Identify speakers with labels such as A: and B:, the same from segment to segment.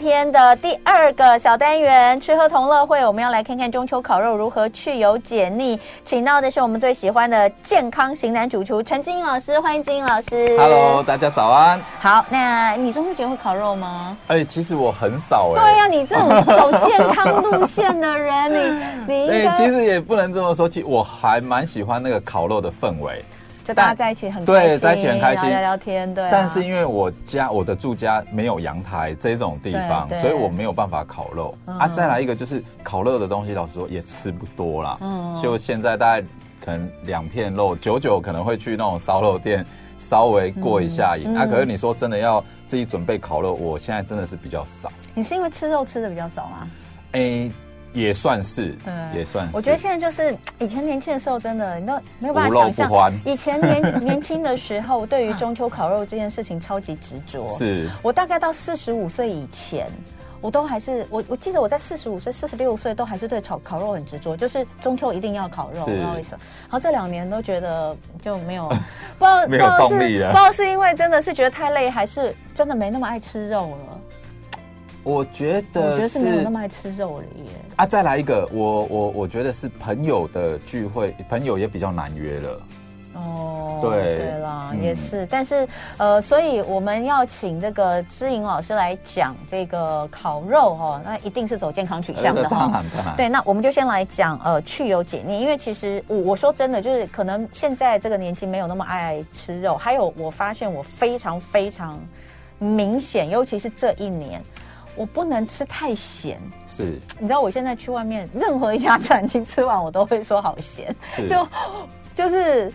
A: 天的第二个小单元“吃喝同乐会”，我们要来看看中秋烤肉如何去油解腻。请到的是我们最喜欢的健康型男主厨陈志英老师，欢迎志英老师。
B: Hello，大家早安。
A: 好，那你中秋节会烤肉吗？
B: 哎、其实我很少
A: 对
B: 哎、
A: 呀、你这种走健康路线的人， 你你应
B: 对，
A: 该
B: 哎其实也不能这么说，其实我还蛮喜欢那个烤肉的氛围，
A: 就大家在一起很
B: 对
A: 开心，
B: 在一起很开
A: 然后
B: 心
A: 聊聊天，对啊、
B: 但是因为我家我的住家没有阳台这种地方
A: 对，对嗯
B: 所以我没有办法烤肉、啊。再来一个就是烤肉的东西，老实说也吃不多啦，
A: 嗯
B: 就现在大概可能两片肉，久久可能会去那种烧肉店稍微过一下瘾、
A: 嗯
B: 啊。
A: 嗯
B: 可是你说真的要自己准备烤肉，我现在真的是比较少，
A: 你是因为吃肉吃的比较少啊吗？
B: 哎、也算是，
A: 对
B: 也算是。
A: 我觉得现在就是以前年轻的时候，真的你都没有办
B: 无
A: 法
B: 肉
A: 想
B: 不
A: 象。
B: 欢
A: 以前 年年轻的时候，对于中秋烤肉这件事情超级执着。，
B: 是。
A: 我大概到四十五岁以前，我都还是我我记得我在四十五岁、四十六岁都还是对烤烤肉很执着，就是中秋一定要烤肉，不
B: 是
A: 知道为什么。然后这两年都觉得就没 有，不知道
B: 没有
A: 不知道是
B: 动力了
A: 不知道是因为真的是觉得太累，还是真的没那么爱吃肉了？
B: 我觉
A: 我觉
B: 得
A: 得是没有
B: 是
A: 那么爱吃肉了耶。
B: 啊，再来一个，我我我觉得是朋友的聚会，朋友也比较难约了。
A: 哦，
B: 对
A: 对啦，
B: 嗯
A: 也是，但是呃，所以我们要请这个知颖老师来讲这个烤肉哦，那一定是走健康取向的
B: 呃当
A: 哈。
B: 然当然，
A: 对，那我们就先来讲呃去油解腻，因为其实我我说真的，就是可能现在这个年纪没有那么爱吃肉，还有我发现我非常非常明显，尤其是这一年，我不能吃太咸。
B: 是
A: 你知道我现在去外面任何一家餐厅吃完，我都会说好咸。
B: 是
A: 就就是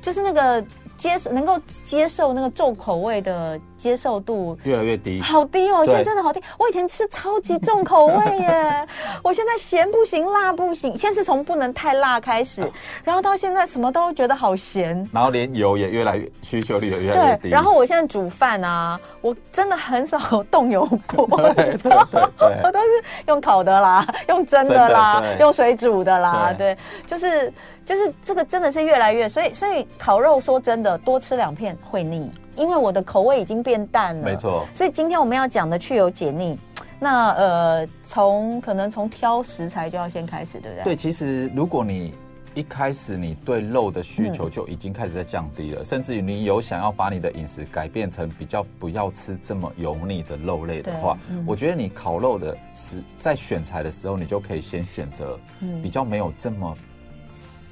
A: 就是那个接受能够接受那个重口味的接受度。
B: 越来越低。
A: 好低哦！
B: 嗯
A: 现
B: 对
A: 在真的好低。我以前吃超级重口味耶，我现在咸不行，辣不行。先是从不能太辣开
B: 嗯
A: 始，然后到现在什么都觉得好咸。
B: 然后连油也越来越需求率也越来越低。
A: 对，然后我现在煮饭啊，我真的很少 动油锅，
B: 对对对
A: 我
B: 对，
A: 哦都是用烤的 啦，用蒸的啦
B: 真的，对
A: 用水煮的啦，
B: 对
A: 对，就是就是这个真的是越来越，所以所以烤肉说真的，多吃两片会腻，因为我的口味已经变淡了。
B: 没，错，
A: 所以今天我们要讲的去油解腻，那呃，从可能从挑食材就要先开始，对不对？
B: 对，其实如果你。一开始你对肉的需
A: 嗯
B: 求就已经开始在降低了，甚至于你有想要把你的饮食改变成比较不要吃这么油腻的肉类的话，
A: 对嗯
B: 我觉得你烤肉的时在选材的时候，你就可以先选择比
A: 嗯
B: 较没有这么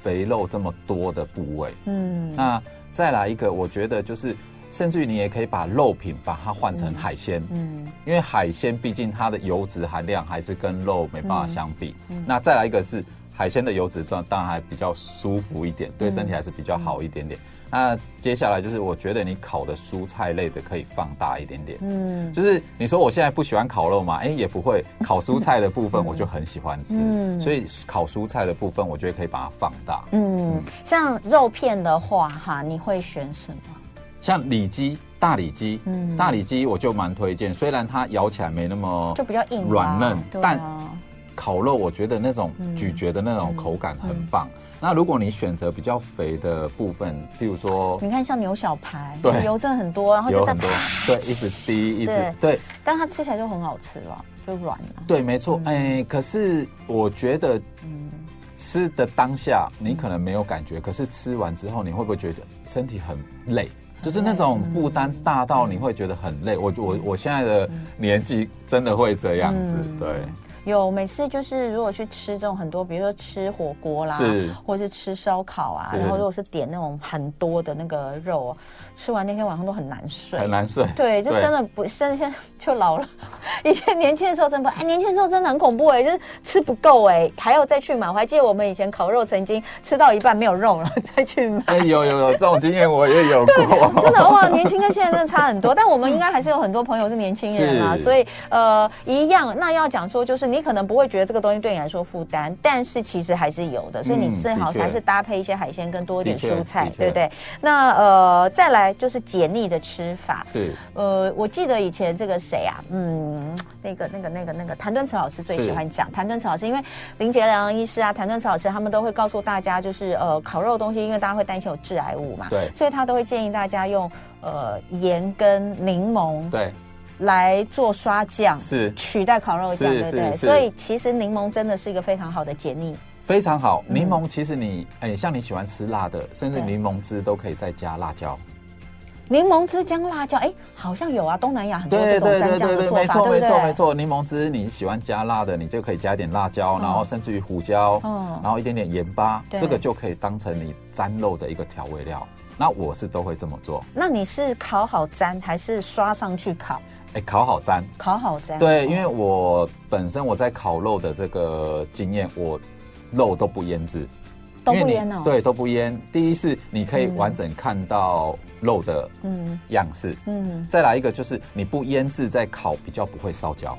B: 肥肉这么多的部位。
A: 嗯
B: 那再来一个，我觉得就是，甚至于你也可以把肉品把它换成海鲜，
A: 嗯
B: 因为海鲜毕竟它的油脂含量还是跟肉没办法相比。
A: 嗯
B: 那再来一个是海鲜的油脂，当当然还比较舒服一点，
A: 嗯
B: 对身体还是比较好一点点。那接下来就是，我觉得你烤的蔬菜类的可以放大一点点。
A: 嗯
B: 就是你说我现在不喜欢烤肉嘛，哎、也不会。烤蔬菜的部分我就很喜欢吃，
A: 嗯
B: 所以烤蔬菜的部分我觉得可以把它放大。
A: 嗯，像肉片的话哈，你会选什么？
B: 像里脊、大里脊，
A: 嗯
B: 大里脊我就蛮推荐，虽然它咬起来没那么
A: 就比较硬吧
B: 软嫩，
A: 对
B: 但
A: 啊。
B: 烤肉我觉得那种
A: 嗯
B: 咀嚼的那种口感很棒。那如果你选择比较肥的部分，譬如说
A: 你看像牛小排，
B: 对
A: 油真的很多，然后就
B: 有
A: 在
B: 很多，对，一直滴，一直对
A: 但它吃起来就很好吃了，就软了。
B: 对，没错。哎、可是我觉得
A: 嗯，
B: 吃的当下你可能没有感觉，可是吃完之后你会不会觉得身体很累？就是那种负担大到你会觉得很累。我我我现在的年纪真的会这样子，
A: 嗯
B: 对，
A: 有每次就是如果去吃这种很多，比如说吃火锅啦，
B: 是
A: 或是吃烧烤啊，
B: 是
A: 然后如果是点那种很多的那个肉啊，吃完那天晚上都很难睡。
B: 很难睡。
A: 对，就
B: 对
A: 真的不，现在现在就老了。 以前年轻的时候真不，哎，年轻的时候真的很恐怖哎、就是吃不够哎、还要再去买。我还记得我们以前烤肉，曾经吃到一半没有肉了， 再去买。
B: 哎、有有有这种经验我也有 过，
A: 真的 哇，年轻跟现在真的差很多。但我们应该还是有很多朋友是年轻人啊，
B: 是
A: 所以呃，一样。那要讲说，就是你可能不会觉得这个东西对你来说负担，但是其实还是有的。所以你
B: 嗯
A: 最好
B: 的确
A: 还是搭配一些海鲜跟多一点
B: 的确
A: 蔬菜
B: 的，确
A: 对不对？那呃，再来就是解腻的吃法。
B: 是
A: 呃，我记得以前这个谁啊，嗯，那个那个那个那个谭敦慈老师最喜欢讲谭敦慈老师，因为林杰良医师啊、谭敦慈老师他们都会告诉大家，就是呃，烤肉的东西，因为大家会担心有致癌物嘛，
B: 对
A: 所以他都会建议大家用呃盐跟柠檬
B: 对
A: 来做刷酱，
B: 是
A: 取代烤肉酱，
B: 是
A: 对不对？
B: 是是
A: 所以其实柠檬真的是一个非常好的解腻。
B: 非常好。柠檬其实你哎、像你喜欢吃辣的，甚至
A: 对
B: 柠檬汁都可以再加辣椒。
A: 柠檬汁姜辣椒，哎，好像有啊，东南亚很多这
B: 对
A: 种
B: 对
A: 蘸
B: 对
A: 酱
B: 对
A: 的
B: 对，
A: 做
B: 没
A: 法，
B: 错
A: 对
B: 没
A: 不
B: 错没
A: 对？
B: 错。柠檬汁你喜欢加辣的，你就可以加一点辣椒，
A: 嗯
B: 然后甚至于胡椒，
A: 嗯
B: 然后一点点盐巴，
A: 对
B: 这个就可以当成你沾肉的一个调味料。那我是都会这么做，
A: 那你是烤好粘还是刷上去烤？
B: 哎，烤好沾。
A: 烤好粘。
B: 对，
A: 哦
B: 因为我本身我在烤肉的这个经验，我肉都不腌制，
A: 都
B: 因
A: 不
B: 为你
A: 腌哦。，
B: 对，都不腌。第一是你可以
A: 嗯
B: 完整看到肉的
A: 嗯
B: 样式，
A: 嗯，
B: 再来一个就是你不腌制再烤比较不会烧焦。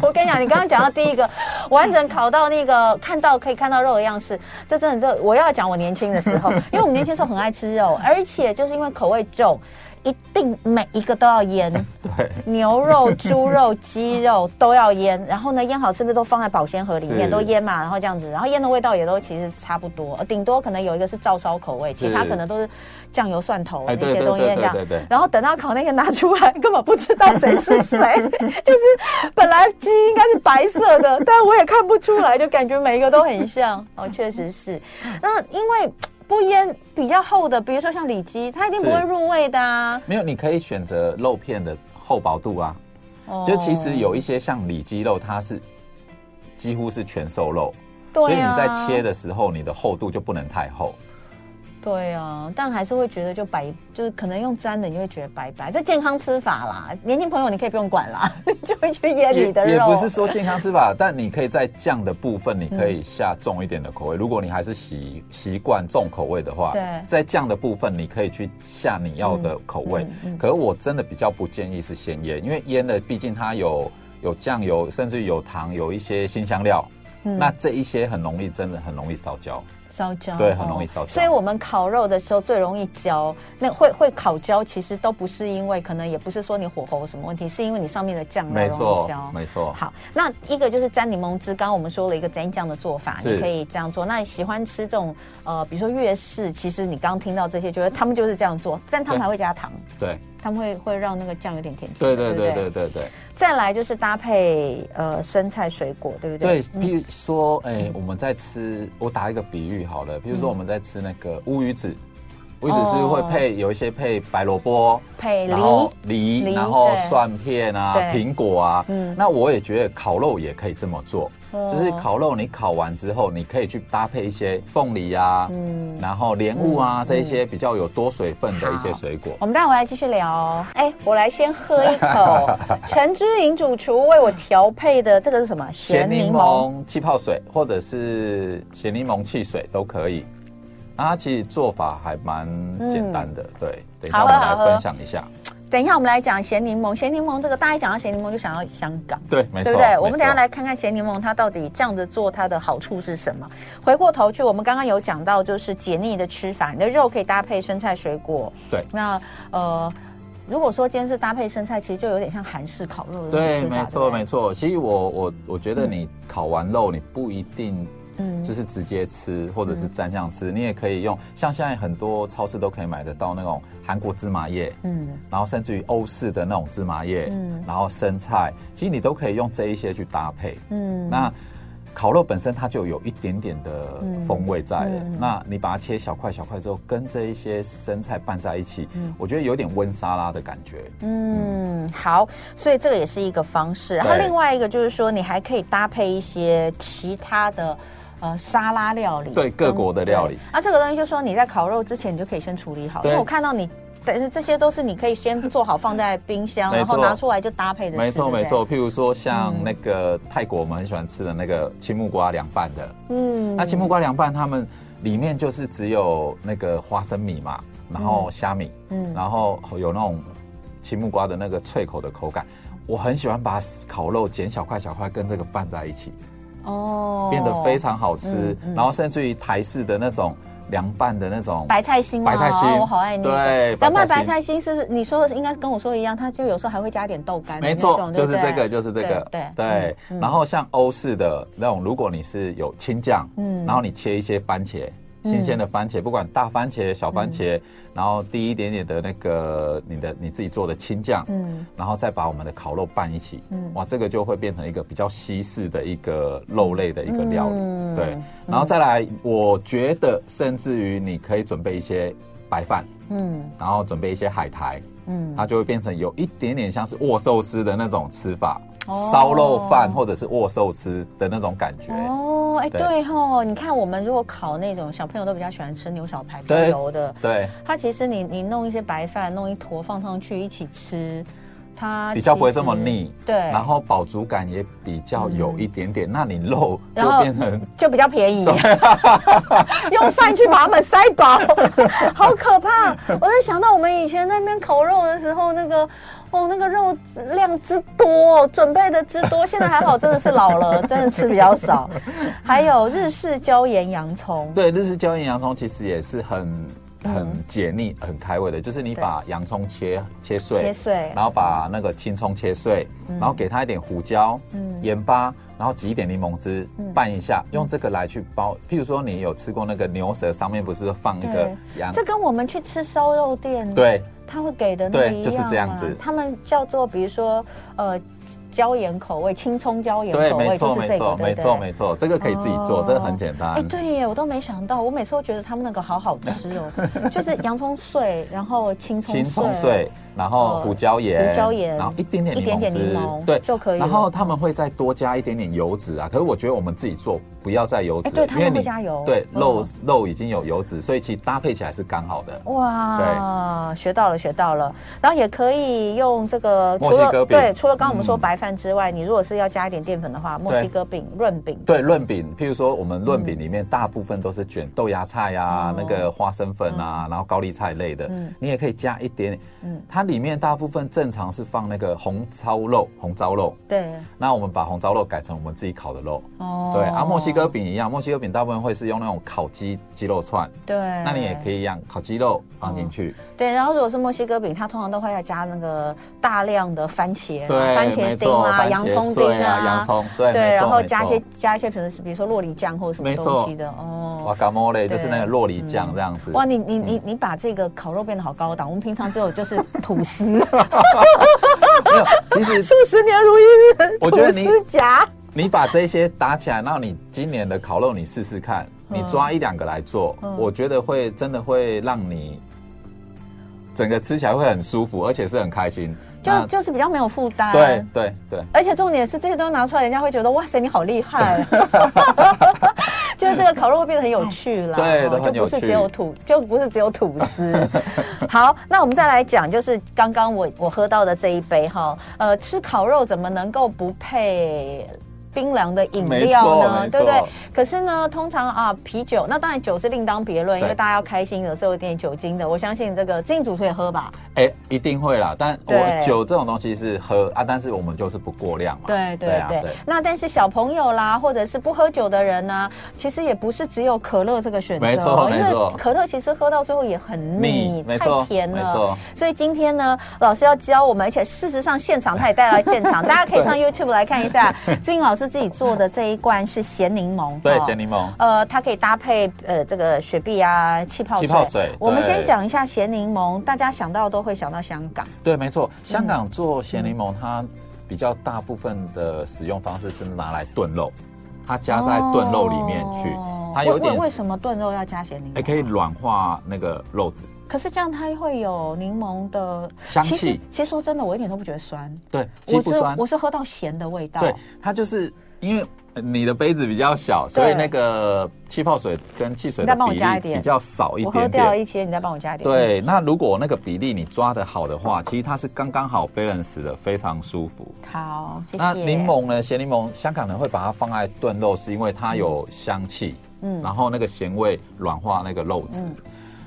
A: 我跟你讲，你刚刚讲到第一个，完整烤到那个看到可以看到肉的样式，这真的就我要讲我年轻的时候， 因为我们年轻的时候很爱吃肉，而且就是因为口味重，一定每一个都要腌，
B: 对，
A: 牛肉、猪肉、鸡肉都要腌，然后呢，腌好是不是都放在保鲜盒里面
B: 是
A: 都腌嘛？然后这样子，然后腌的味道也都其实差不多，呃顶多可能有一个是照烧口味，其他可能都是哎酱油、蒜头啊那些东西这样。
B: 哎对，
A: 然后等到烤那个拿出来，根本不知道谁是谁， 就是本来鸡应该是白色的，但我也看不出来，就感觉每一个都很像。哦，确实是。那因为不腌比较厚的，比如说像里脊，它一定不会
B: 是
A: 入味的啊。
B: 没有，你可以选择肉片的厚薄度啊。
A: 哦
B: 就其实有一些像里脊肉，它是几乎是全瘦肉，所
A: 对
B: 以你在
A: 啊
B: 切的时候，你的厚度就不能太厚。
A: 对啊，但还是会觉得就白，就是可能用粘的，你就会觉得白白。这健康吃法啦，年轻朋友你可以不用管啦， 就会去腌
B: 也
A: 你的肉。
B: 也不是说健康吃法，但你可以在酱的部分，你可以下重一点的口味。如果你还是习习惯重口味的话
A: 对，
B: 在酱的部分你可以去下你要的口味。
A: 嗯嗯嗯
B: 可是我真的比较不建议是先腌，因为腌的毕竟它有有酱油，甚至有糖，有一些新香料。
A: 嗯
B: 那这一些很容易，真的很容易烧焦。
A: 烧焦，
B: 对很容易烧焦
A: 所以我们烤肉的时候最容易焦，那会会烤焦，其实都不是因为，可能也不是说你火候有什么问题，是因为你上面的酱料
B: 没
A: 容易
B: 错
A: 焦，。
B: 没错。
A: 好，那一个就是沾柠檬汁，刚刚我们说了一个蘸酱的做法，
B: 是
A: 你可以这样做。那喜欢吃这种呃，比如说粤式，其实你刚刚听到这些，觉得他们就是这样做，但他们
B: 对
A: 还会加糖。
B: 对
A: 他们会会让那个酱有点甜甜
B: 对
A: 的，
B: 对
A: 不
B: 对对对对
A: 再来就是搭配呃生菜水果，对不对？嗯
B: 对。比如说，哎，我们在吃，我打一个比喻好了，比如说我们在吃那个乌鱼
A: 嗯
B: 子，乌鱼子是会配有一些配白萝卜。
A: 配哎梨
B: 然，后梨，
A: 梨
B: 然后
A: 对
B: 蒜片啊
A: 对，
B: 苹果啊，
A: 嗯
B: 那我也觉得烤肉也可以这么做，
A: 哦
B: 就是烤肉你烤完之后，你可以去搭配一些凤梨啊，
A: 嗯
B: 然后莲雾啊、
A: 嗯
B: 这一些比较有多水分的一些
A: 好
B: 水果。
A: 我们待会儿来继续聊。哎，我来先喝一 口陈之颖主厨为我调配的这个是什么？
B: 咸柠。檬气泡水，或者是咸柠檬汽水都可以。那它其实做法还蛮简单的，对。等一
A: 嗯
B: 下
A: 好
B: 我
A: 喝
B: 们
A: 好
B: 来
A: 喝
B: 分享一下。
A: 等一下，我们来讲咸柠檬。咸柠檬这个，大家一讲到咸柠檬就想到香港。
B: 对，没错。
A: 对不对？
B: 没
A: 我们等一下
B: 错
A: 来看看咸柠檬它到底这样子做它的好处是什么。回过头去，我们刚刚有讲到就是解腻的吃法，你的肉可以搭配生菜水果。
B: 对
A: 那呃，如果说今天是搭配生菜，其实就有点像韩式烤肉的
B: 对，
A: 吃法
B: 没错，没。
A: 对不对
B: 错。其实我我我觉得你烤完肉，你不一定
A: 嗯
B: 就是直接吃，或者是蘸酱吃，你也可以用。像现在很多超市都可以买得到那种韩国芝麻叶，
A: 嗯，
B: 然后甚至于欧式的那种芝麻叶，
A: 嗯
B: 然后生菜，其实你都可以用这一些去搭配。
A: 嗯
B: 那烤肉本身它就有一点点的风味在了，
A: 嗯嗯
B: 那你把它切小块小块之后，跟这一些生菜拌在一起，我觉得有点温沙拉的感觉。
A: 嗯，好，所以这个也是一个方式。然后
B: 对
A: 另外一个就是说，你还可以搭配一些其他的。呃，沙拉料理
B: 对各国的料理
A: 那、啊这个东西就说你在烤肉之前你就可以先处理好，因
B: 对
A: 为我看到你，但是这些都是你可以先做好放在冰箱，
B: 没
A: 然后
B: 错
A: 拿出来就搭配着吃。
B: 没错
A: 对不嗯对
B: 没，错，譬如说像那个泰国我们很喜欢吃的那个青木瓜凉拌的，
A: 嗯
B: 那青木瓜凉拌他们里面就是只有那个花生米嘛，然后虾米，
A: 嗯
B: 然后有那种青木瓜的那个脆口的口感。我很喜欢把烤肉剪小块小块跟这个拌在一起，
A: 哦
B: 变得非常好吃
A: 嗯。嗯
B: 然后甚至于台式的那种凉拌的那种，
A: 白菜心啊，
B: 白菜心
A: 哦我好爱你。
B: 对
A: 然后
B: 白菜心
A: 白菜心是不是你说的是应该跟我说的一样，它就有时候还会加点豆干的
B: 没
A: 那
B: 错，
A: 种，
B: 就
A: 对
B: 是
A: 不
B: 这
A: 对
B: 个，就是这个，
A: 对嗯
B: 对。然后像欧式的那种，如果你是有青酱，
A: 嗯
B: 然后你切一些番茄，新鲜的番茄，不管大番茄、小番
A: 嗯
B: 茄，然后滴一点点的那个你的你自己做的青酱，
A: 嗯
B: 然后再把我们的烤肉拌一起，
A: 嗯
B: 哇，这个就会变成一个比较西式的一个肉类的一个料理，
A: 嗯
B: 对。然后再来，我觉得甚至于你可以准备一些白饭，
A: 嗯
B: 然后准备一些海苔，
A: 嗯
B: 它就会变成有一点点像是握寿司的那种吃法，
A: 哦
B: 烧肉饭或者是握寿司的那种感觉。
A: 哦，哎、
B: 对
A: 对吼，你看我们如果烤那种小朋友都比较喜欢吃牛小排包
B: 对
A: 油的，
B: 对，
A: 它其实你你弄一些白饭，弄一坨放上去一起吃，它
B: 比较不会
A: 其实
B: 这么腻，
A: 对，嗯
B: 然后饱足感也比较有一点点，那你肉
A: 然
B: 就
A: 后
B: 变 成
A: 就比较便宜，用饭去把它们塞 饱，好可怕！我在想到我们以前那边烤肉的时候，那个哦，那个肉量之多，准备的之多，现在还好，真的是老了，真的吃比较少。还有日式椒盐洋葱，
B: 对日式椒盐洋葱其实也是很
A: 嗯
B: 很解腻、很开胃的，就是你
A: 对
B: 把洋葱切切碎，
A: 切碎，
B: 然后把那个青葱切碎，然后给它一点胡椒、
A: 嗯
B: 盐巴，然后挤一点柠檬汁
A: 嗯
B: 拌一下，用这个来去包。譬如说，你有吃过那个牛舌上面不是放一个羊？
A: 这跟我们去吃烧肉店，，
B: 对
A: 他会给的那个
B: 对
A: 一
B: 就是
A: 啊
B: 这样子
A: 他们叫做比如说呃椒盐口味、青葱椒盐
B: 对，
A: 口
B: 没
A: 味，
B: 错
A: 就是
B: 没
A: 这
B: 错
A: 个，对
B: 没
A: 不
B: 错
A: 对？
B: 没错，这个可以自己做
A: 哦，
B: 这个很简
A: 哎，
B: 单。
A: 对耶，我都没想到，我每次都觉得他们那个好好吃哦， 就是洋葱碎，然后青葱
B: 青葱碎，然后
A: 呃
B: 胡椒盐，
A: 胡椒盐
B: 然后一点点
A: 一点
B: 柠檬
A: 点柠
B: 汁
A: 檬，
B: 对，
A: 就可以了
B: 然后他们会再多加一点点油脂啊，可是我觉得我们自己做不要再油脂
A: 哎对
B: 了，
A: 他们会加油
B: 对
A: 嗯
B: 肉肉已经有油脂，所以其实搭配起来是刚好的。
A: 哇，学到了，学到了。然后也可以用这个，
B: 墨
A: 除了
B: 西哥饼
A: 对，除了刚刚我们说
B: 嗯
A: 白饭之外，你如果是要加一点淀粉的话，墨西哥饼、润饼，
B: 对润饼，譬如说我们润饼里面大部分都是卷豆芽菜啊
A: 嗯哦，
B: 那个花生粉啊，然后高丽菜类的
A: 嗯，
B: 你也可以加一点点。
A: 嗯
B: 它里面大部分正常是放那个红烧肉，红烧肉。
A: 对，
B: 那我们把红烧肉改成我们自己烤的肉，
A: 哦
B: 对啊，墨西哥，饼一样，墨西哥饼大部分会是用那种烤鸡鸡肉串，
A: 对，哦
B: 那你也
A: 以。
B: 可以一样烤鸡肉放进去，
A: 对，然后如果是墨西哥饼，它通常都会要加那个大量的番茄，
B: 对，
A: 番茄
B: 没
A: 丁
B: 错，
A: 啊、
B: 番
A: 洋葱
B: 茄
A: 丁
B: 碎啊，洋葱，对，
A: 对，
B: 没错
A: 然后
B: 没
A: 加一些
B: 错
A: 加一些，比如比如说洛梨酱或者什么
B: 没错
A: 东西的哦。
B: guacamole
A: 对嗯
B: 就是那个洛梨酱这样子，
A: 哇，你你
B: 嗯
A: 你你把这个烤肉变得好高档，我们平常只有 就是吐司，
B: 没有，其实
A: 数十年如一日，
B: 我觉得你
A: 吐司夹，
B: 你把这些打起来，然后你今年的烤肉你试试看，你抓一两个来做
A: 嗯，
B: 我觉得会真的会让你整个吃起来会很舒服，而且是很开心，
A: 就
B: 那
A: 就是比较没有负担。
B: 啊对。对对。
A: 而且重点是这些东西拿出来，人家会觉得哇塞，你好厉 害！就是这个烤肉会变得很有趣啦，
B: 对
A: 哦
B: 都很
A: 就
B: 有
A: 不
B: 趣
A: 是只有吐，就不是只有吐司。好，那我们再来讲，就是刚刚我我喝到的这一杯哈，呃，吃烤肉怎么能够不配？冰凉的饮料呢，
B: 没错没错
A: 对不对？可是呢，通常啊，啤酒那当然酒是另当别论，因为
B: 对
A: 大家要开心的时候有点酒精的。我相信这个金主可以喝吧？
B: 哎、一定会啦，但
A: 对
B: 我酒这种东西是喝啊，但是我们就是不过量嘛。
A: 对对
B: 对啊
A: 对
B: 对
A: 那但是小朋友啦，或者是不喝酒的人呢、其实也不是只有可乐这个选择哦，
B: 没错
A: 因
B: 没
A: 为
B: 错
A: 可乐其实喝到最后也很腻
B: 腻，没
A: 太
B: 错
A: 甜
B: 没
A: 了
B: 错。
A: 所以今天呢，老师要教我们，而且事实上现场他也带来现 场，大家可以上 YouTube 来看一下，金老师自己做的这一罐是咸柠檬，
B: 对
A: 哦，
B: 咸柠檬，
A: 呃，它可以搭配呃这个雪碧啊、气泡水。
B: 气泡水
A: 我们
B: 对
A: 先讲一下咸柠檬，大家想到都会想到香港。
B: 对，没错。
A: 嗯
B: 香港做咸柠檬，它比较大部分的使用方式是拿来炖肉，它加在炖肉里面去，
A: 哦
B: 它有
A: 为
B: 点
A: 为为什么炖肉要加咸柠檬？
B: 哎、可以软化那个肉质
A: 可是这样它会有柠檬的
B: 香
A: 其实
B: 气。
A: 其实说真的，我一点都不觉得酸，
B: 对，其
A: 我
B: 实
A: 是
B: 不酸
A: 我。是喝到咸的味道。
B: 对，它就是因为呃你的杯子比较小，所
A: 对
B: 以那个气泡水跟汽水
A: 你再
B: 的
A: 帮我
B: 比
A: 加一
B: 例
A: 点
B: 比较少一
A: 我喝
B: 点
A: 掉
B: 点。
A: 一些，你再帮我加一点。
B: 对，那如果那个比例你抓得好的话，其实它是刚刚好 balance 的，非常舒服。
A: 好，谢谢。
B: 那柠，檬呢？咸柠檬，香港人会把它放在炖肉，是因为它有香气，
A: 嗯
B: 然后那个咸味软化那个肉质。
A: 嗯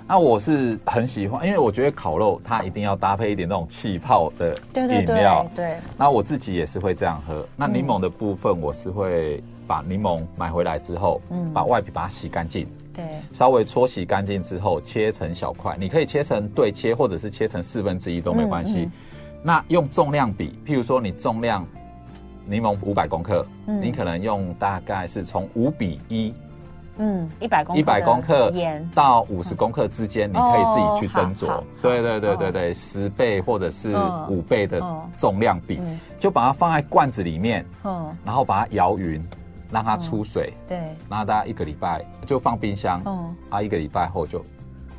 B: 那我是很喜欢，因为我觉得烤肉它一定要搭配一点那种气泡的
A: 对对
B: 饮
A: 对
B: 料。
A: 对，
B: 那我自己也是会这样喝。那
A: 嗯
B: 柠檬的部分，我是会把柠檬买回来之后，
A: 嗯
B: 把外皮把它洗干净，
A: 对，
B: 稍微搓洗干净之后，切成小块，你可以切成对切，或者是切成四分之一都没关系。
A: 嗯嗯
B: 那用重量比，譬如说你重量柠檬五百公克，
A: 嗯
B: 你可能用大概是从五比一
A: 嗯，一百公
B: 一百公克
A: 盐，
B: 到五十公克之间，你可以自己去斟酌
A: 哦好好。
B: 对对对
A: 好
B: 对对，十倍或者是
A: 嗯
B: 五倍的
A: 嗯
B: 重量比
A: 嗯，
B: 就把它放在罐子里面，
A: 嗯，
B: 然后把它摇匀，让它出水，
A: 对，
B: 然后大概一个礼拜就放冰箱，
A: 嗯，
B: 啊，一个礼拜后就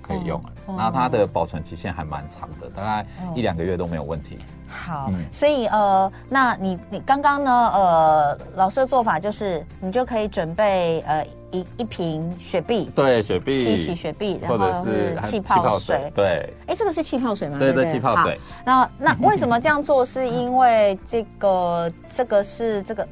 B: 可以用了。
A: 嗯
B: 然后它的保存期限还蛮长的，大概
A: 哦
B: 一两个月都没有问题。
A: 好，
B: 嗯
A: 所以呃，那你你刚刚呢，呃，老师的做法就是，你就可以准备呃一一瓶雪碧，
B: 对，雪
A: 七喜
B: 碧
A: 雪碧，然
B: 或者
A: 后
B: 是
A: 气泡水。嗯
B: 对
A: 哎，这个是气泡水吗？
B: 对，
A: 不
B: 这气泡。水嗯
A: 好那那为什么这样做？是因为这个这个是这个，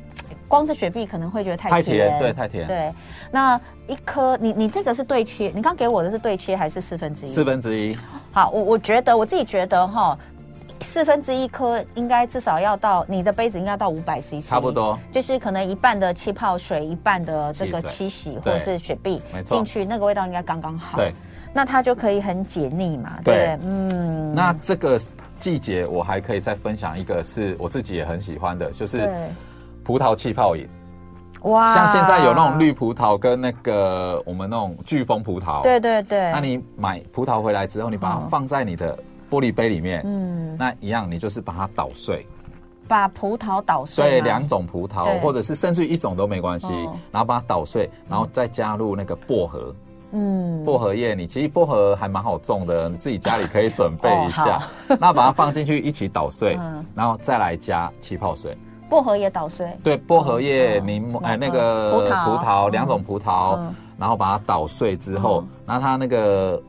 A: 光是雪碧可能会觉得太
B: 太
A: 甜，
B: 甜，对太甜，
A: 对。那一颗，你你这个是对切，你刚给我的是对切还是四分之一？
B: 四分之一。
A: 好，我我觉得我自己觉得哈，四分之一颗应该至少要到你的杯子应该到五百 CC，
B: 差不，多，
A: 就是可能一半的气泡水，一半的这个七
B: 汽
A: 喜或
B: 对
A: 者是雪碧
B: 没错
A: 进去，那个味道应该刚刚好。嗯
B: 对，。
A: 那它就可以很解腻嘛，
B: 对
A: 对不对？嗯，
B: 那这个季节我还可以再分享一个，是我自己也很喜欢的，就是
A: 对，
B: 葡萄气泡饮。
A: 哇
B: 像现在有那种，绿葡萄跟那个我们那种飓风葡萄，
A: 对对对，
B: 那你买葡萄回来之后，你把它
A: 嗯
B: 放在你的玻璃杯里面，
A: 嗯，
B: 那一样你就是把它捣碎，
A: 把葡萄捣碎吗，
B: 对，两种葡萄
A: 啊对
B: 或者是甚至于一种都没关系
A: 哦，
B: 然后把它捣碎，然后再加入那个薄荷，
A: 嗯，
B: 薄荷叶，你其实薄荷还蛮好种的，你自己家里可以准备一
A: 哦
B: 下，那把它放进去一起捣碎
A: 嗯，
B: 然后再来加气泡水。
A: 薄荷也捣碎，
B: 对，薄荷叶、
A: 嗯
B: 柠檬，
A: 嗯
B: 哎，那个
A: 葡萄嗯
B: 两种葡萄
A: 嗯，
B: 然后把它捣碎之后
A: 嗯，
B: 那它那个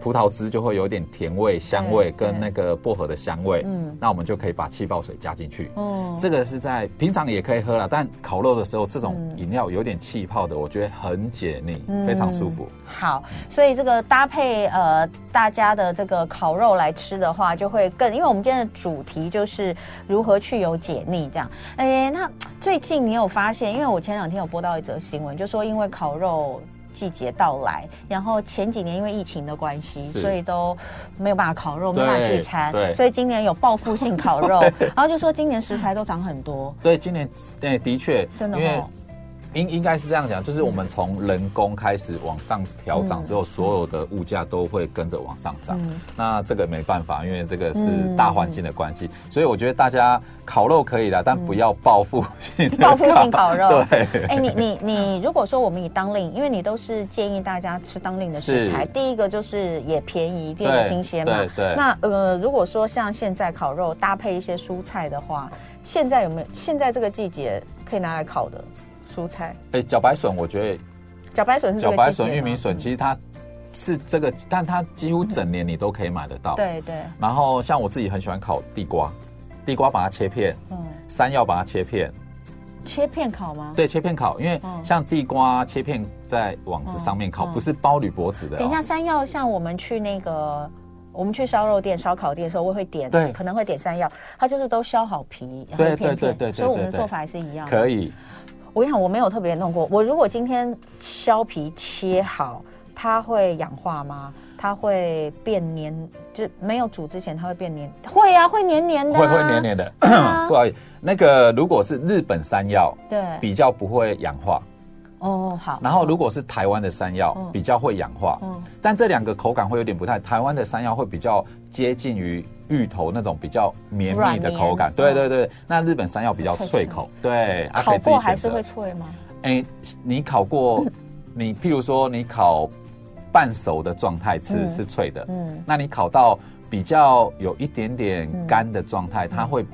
B: 葡萄汁就会有点甜味、香味
A: 对
B: 跟那个薄荷的香味。
A: 嗯
B: 那我们就可以把气泡水加进去。
A: 嗯，
B: 这个是在平常也可以喝了，但烤肉的时候，这种
A: 嗯
B: 饮料有点气泡的，我觉得很解腻，
A: 嗯
B: 非常舒服。
A: 好，所以这个搭配呃大家的这个烤肉来吃的话，就会更，因为我们今天的主题就是如何去油解腻这样。哎、那最近你有发现？因为我前两天有播到一则新闻，就说因为烤肉。季节到来，然后前几年因为疫情的关系，
B: 是
A: 所以都没有办法烤肉，没
B: 对
A: 有办法聚餐，
B: 对
A: 所以今年有报复性烤 肉，然后就说今年食材都涨很多，
B: 对，今年哎，的确，
A: 真的
B: 因为
A: 哦，
B: 应应该是这样讲，就是我们从人工开始往上调涨之后，所有的物价都会跟着往上涨。
A: 嗯
B: 那这个没办法，因为这个是
A: 嗯
B: 大环境的关系，所以我觉得大家烤肉可以啦，但不要报复性的
A: 嗯报复性烤肉
B: 对，
A: 哎、你你你，如果说我们以当令，因为你都是建议大家吃当令的食材，
B: 是
A: 第一个就是也便宜，第二个
B: 对
A: 新鲜嘛。
B: 对对
A: 那呃，如果说像现在烤肉搭配一些蔬菜的话，现在有没有？现在这个季节可以拿来烤的蔬菜，
B: 哎，茭白笋，我觉得
A: 茭白笋是这
B: 茭
A: 个季
B: 白
A: 节
B: 笋、
A: 吗
B: 玉米笋，其实它是这个，但它几乎整年你都可以买得到。。
A: 嗯对对，
B: 然后像我自己很喜欢烤地瓜，地瓜把它切片，
A: 嗯，
B: 山药把它切片，
A: 切片烤吗？
B: 对，切片烤，因为
A: 嗯
B: 像地瓜切片在网子上面烤，
A: 嗯嗯
B: 不是包铝箔纸的、哦。
A: 等一下，山药像我们去那个。我们去烧肉店、烧烤店的时候，我会点，
B: 对
A: 可能会点山药，它就是都削好皮，然后
B: 对
A: 一片
B: 对对
A: 片
B: 对对
A: 所以我们的
B: 对对
A: 做法还是一样的。
B: 可以，
A: 我想我没有特别弄过。我如果今天削皮切好，它会氧化吗？它会变黏，就没有煮之前它会变黏？会啊，会黏黏的、
B: 会会黏。黏的
A: 啊，
B: 不好意思，那个如果是日本山药，
A: 对，
B: 比较不会氧化，
A: 哦好。
B: 然后如果是台湾的山药
A: 嗯
B: 比较会氧化，
A: 嗯
B: 但这两个口感会有点不太。台湾的山药会比较接近于芋头那种比较绵密的口感，
A: 软绵
B: 对
A: 嗯
B: 对对。那日本山药比较脆口，对，啊可
A: 烤
B: 以自己
A: 过还
B: 选
A: 是
B: 择
A: 会。脆吗？
B: 哎，你 烤过，你譬如说你烤半熟的状态吃
A: 嗯
B: 是脆的，
A: 嗯，
B: 那你烤到比较有一点点干的状态，
A: 嗯
B: 它会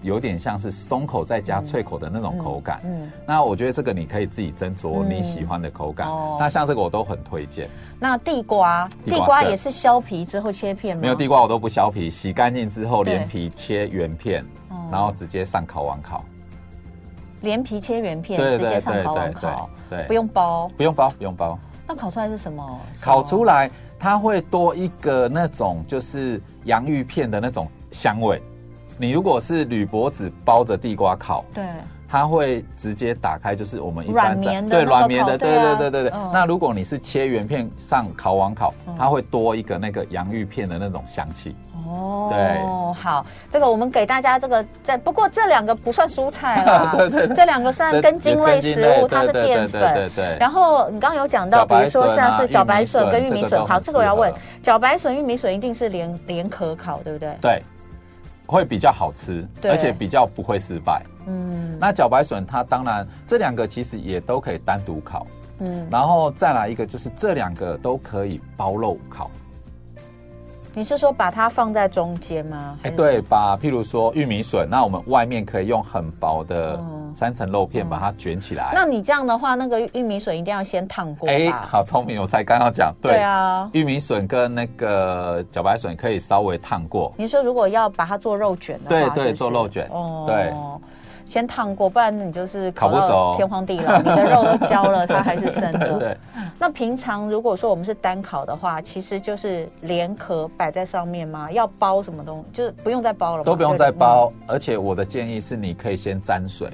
B: 有点像是松口再加脆口的那种口感。
A: 嗯，
B: 那我觉得这个你可以自己斟酌你喜欢的口感。
A: 嗯哦
B: 那像这个我都很推荐，
A: 那地瓜，
B: 地瓜
A: 地瓜
B: 对
A: 也是削皮之后切片吗？
B: 没有地瓜我都不削皮，洗干净之后
A: 对
B: 连皮切圆片，
A: 哦
B: 然后直接上烤网烤。
A: 连皮切圆片，直接上烤网烤，
B: 对，
A: 不用包。
B: 不用包，不用包，
A: 那烤出来是什么？
B: 烤出来它会多一个那种就是洋芋片的那种香味。你如果是铝箔纸包着地瓜烤，
A: 对，
B: 它会直接打开，就是我们一
A: 软
B: 般在
A: 绵的
B: 对
A: 那个
B: 软绵
A: 烤
B: 的，对
A: 对啊
B: 对对对对
A: 嗯。
B: 那如果你是切圆片上烤网烤，它会多一个那个洋芋片的那种香气。
A: 哦，
B: 对
A: 好，这个我们给大家这个这不过这两个不算蔬菜啦，
B: 对对对
A: 这两个算
B: 这
A: 根茎类食物，它是
B: 对对
A: 淀
B: 对对对
A: 粉。
B: 对对。
A: 然后你刚刚有讲到，
B: 茭
A: 比
B: 白
A: 如说
B: 笋
A: 像
B: 啊
A: 是茭白笋跟玉
B: 玉米
A: 米
B: 笋
A: 笋，好，这
B: 这
A: 个
B: 个
A: 我
B: 都很
A: 要问
B: 适，
A: 茭白笋、玉米笋一定是连连壳烤，对不对？
B: 对，会比较好吃，
A: 对
B: 而且比较不会失败。
A: 嗯
B: 那茭白笋它当然这两个其实也都可以单独烤，
A: 嗯，
B: 然后再来一个就是这两个都可以包肉烤。
A: 嗯你是说把它放在中间吗？
B: 哎，
A: 还是，
B: 对，把譬如说玉米笋，那我们外面可以用很薄的
A: 嗯
B: 三层肉片把它卷起来。
A: 那你这样的话，那个玉米笋一定要先烫过
B: 哎，
A: 吧？
B: 好聪明，我才刚要讲，
A: 对
B: 对，
A: 啊，
B: 玉米笋跟那个茭白笋可以稍微烫过，
A: 你说如果要把它做肉卷的话，
B: 对对
A: 是不是
B: 做肉卷
A: 哦
B: 对。
A: 先烫过，不然你就是
B: 烤不
A: 到
B: 熟
A: 天荒地老，你的肉都焦了，它还是生
B: 对
A: 的。
B: 对，
A: 那平常如果说我们是单烤的话，其实就是连壳摆在上面吗？要包什么东西？就是不用再包了吗，
B: 都不用
A: 对的嗯
B: 再。包。而且我的建议是，你可以先沾水，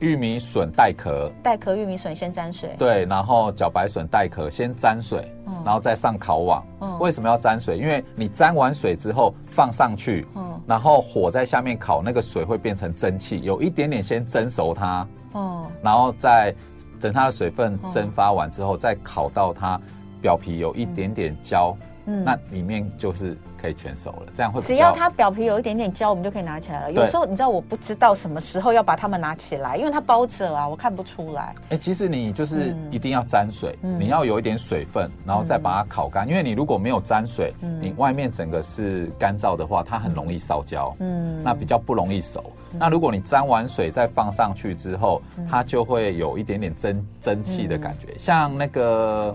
B: 玉米笋带壳，
A: 嗯带壳玉米笋先沾水，
B: 对，然后茭白笋带壳先沾水
A: 嗯，
B: 然后再上烤网
A: 嗯。
B: 为什么要沾水？因为你沾完水之后放上去，
A: 嗯
B: 然后火在下面烤，那个水会变成蒸汽，有一点点先蒸熟它，
A: 嗯
B: 然后再等它的水分
A: 哦
B: 蒸发完之后，再烤到它表皮有一点点焦，
A: 嗯
B: 那里面就是可以全熟了。这样会比
A: 只要
B: 较
A: 它表皮有一点点焦，我们就可以拿起来了。
B: 对
A: 有时候你知道我不知道什么时候要把它们拿起来，因为它包着啊，我看不出来。
B: 哎、其实你就是
A: 嗯
B: 一定要沾水，
A: 嗯
B: 你要有一点水分，然后再把它烤干。因为你如果没有沾水，
A: 嗯
B: 你外面整个是干燥的话，它很容易烧焦，
A: 嗯，
B: 那比较不容易熟。那如果你沾完水再放上去之后，
A: 嗯
B: 它就会有一点点蒸蒸汽的感觉。像那个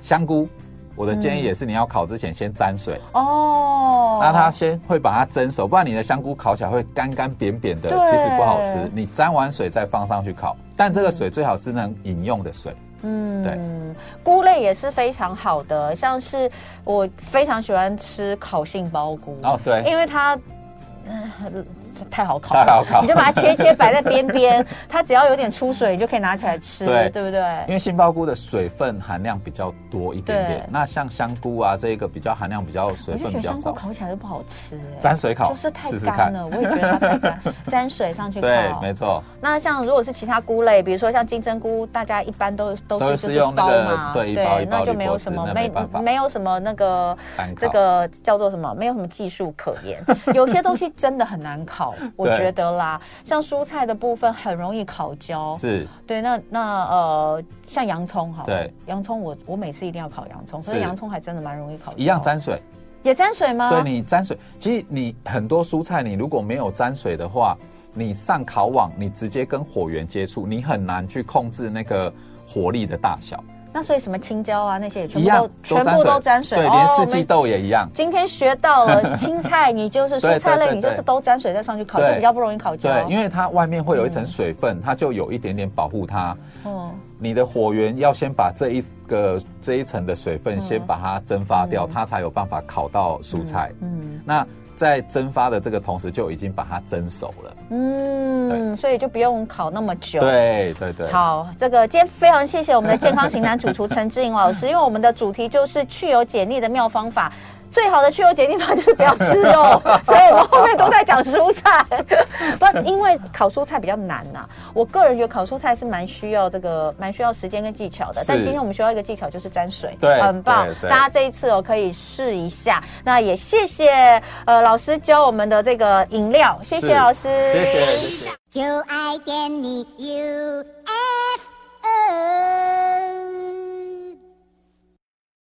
B: 香菇，我的
A: 嗯
B: 建议也是你要烤之前先沾水，
A: 哦，
B: 那它先会把它蒸熟，不然你的香菇烤起来会干干扁扁的，
A: 对
B: 其实不好吃。你沾完水再放上去烤，但这个水最好是能饮用的水。
A: 嗯
B: 对
A: 菇类也是非常好的，像是我非常喜欢吃烤杏鲍菇，
B: 哦，对，
A: 因为它、嗯太好烤
B: 太
A: 了。
B: 好烤
A: 你。就把它切切摆在边边，它只要有点出水，你就可以拿起来吃，
B: 对
A: 对不对？
B: 因为杏鲍菇的水分含量比较多一点
A: 对
B: 点，那像香菇啊，这个比较含量比较水
A: 我就
B: 分
A: 觉得
B: 比较
A: 香菇
B: 少，
A: 烤起来都不好吃、哎
B: 沾水烤
A: 就是太
B: 试试
A: 干
B: 看。
A: 了，我也觉得它太 干，沾水上去
B: 对，
A: 烤。
B: 没错，
A: 那像如果是其他菇类，比如说像金针菇，大家一般都都
B: 都
A: 是
B: 是
A: 就是
B: 用那
A: 包
B: 个
A: 嘛，
B: 对一包一包
A: 那就
B: 铝
A: 没有
B: 箔纸
A: 什么
B: 那没
A: 没
B: 办法
A: 没有什么那个
B: 单烤
A: 这个叫做什么？没有什么技术可 言，有些东西真的很难烤，我
B: 对
A: 觉得啦，像蔬菜的部分很容易烤焦。
B: 是
A: 对，那那呃，像洋葱哈，
B: 对，
A: 洋葱我我每次一定要烤洋葱，所以
B: 是
A: 洋葱还真的蛮容易烤焦。
B: 一样沾水。
A: 也沾水吗？
B: 对你沾水，其实你很多蔬菜，你如果没有沾水的话，你上烤网，你直接跟火源接触，你很难去控制那个火力的大小。
A: 那所以什么青椒啊那些也全
B: 一
A: 部
B: 样
A: 都全部都沾水，
B: 对，连
A: 哦
B: 四
A: 没
B: 季豆也一样。
A: 今天学到了青 菜，你就是
B: 对
A: 蔬菜
B: 对
A: 类，
B: 对
A: 你就是
B: 对
A: 都沾水再上去烤，就
B: 对
A: 比较不容易烤焦。
B: 对，因
A: 为
B: 为它外面会有一层水分，它就有一点点保护它。
A: 嗯
B: 你的火源要先把这一个这一层的水
A: 嗯
B: 分先把它蒸发掉，它才有办法烤到蔬菜。
A: 嗯
B: 那在蒸发的这个同时，就已经把它蒸熟了。
A: 嗯，所以就不用烤那么久。。
B: 对对对，
A: 好，这个今天非常谢谢我们的健康型男主厨陈志颖老师，因为我们的主题就是去油解腻的妙方法。 最好的去油解腻法就是不要吃 肉，所以我们后面都在讲蔬菜。 不，因为烤蔬菜比较难呐、我个人觉得烤蔬菜是蛮需要这个蛮需要时间跟技巧的。
B: 是
A: 但今天我们学到一个技巧就是沾水，
B: 对
A: 很棒
B: 对。对
A: 大家这一次哦可以试一下。那也谢谢呃老师教我们的这个饮料，谢谢
B: 是
A: 老师，
B: 谢谢。谢谢
C: 就爱点你 UFO。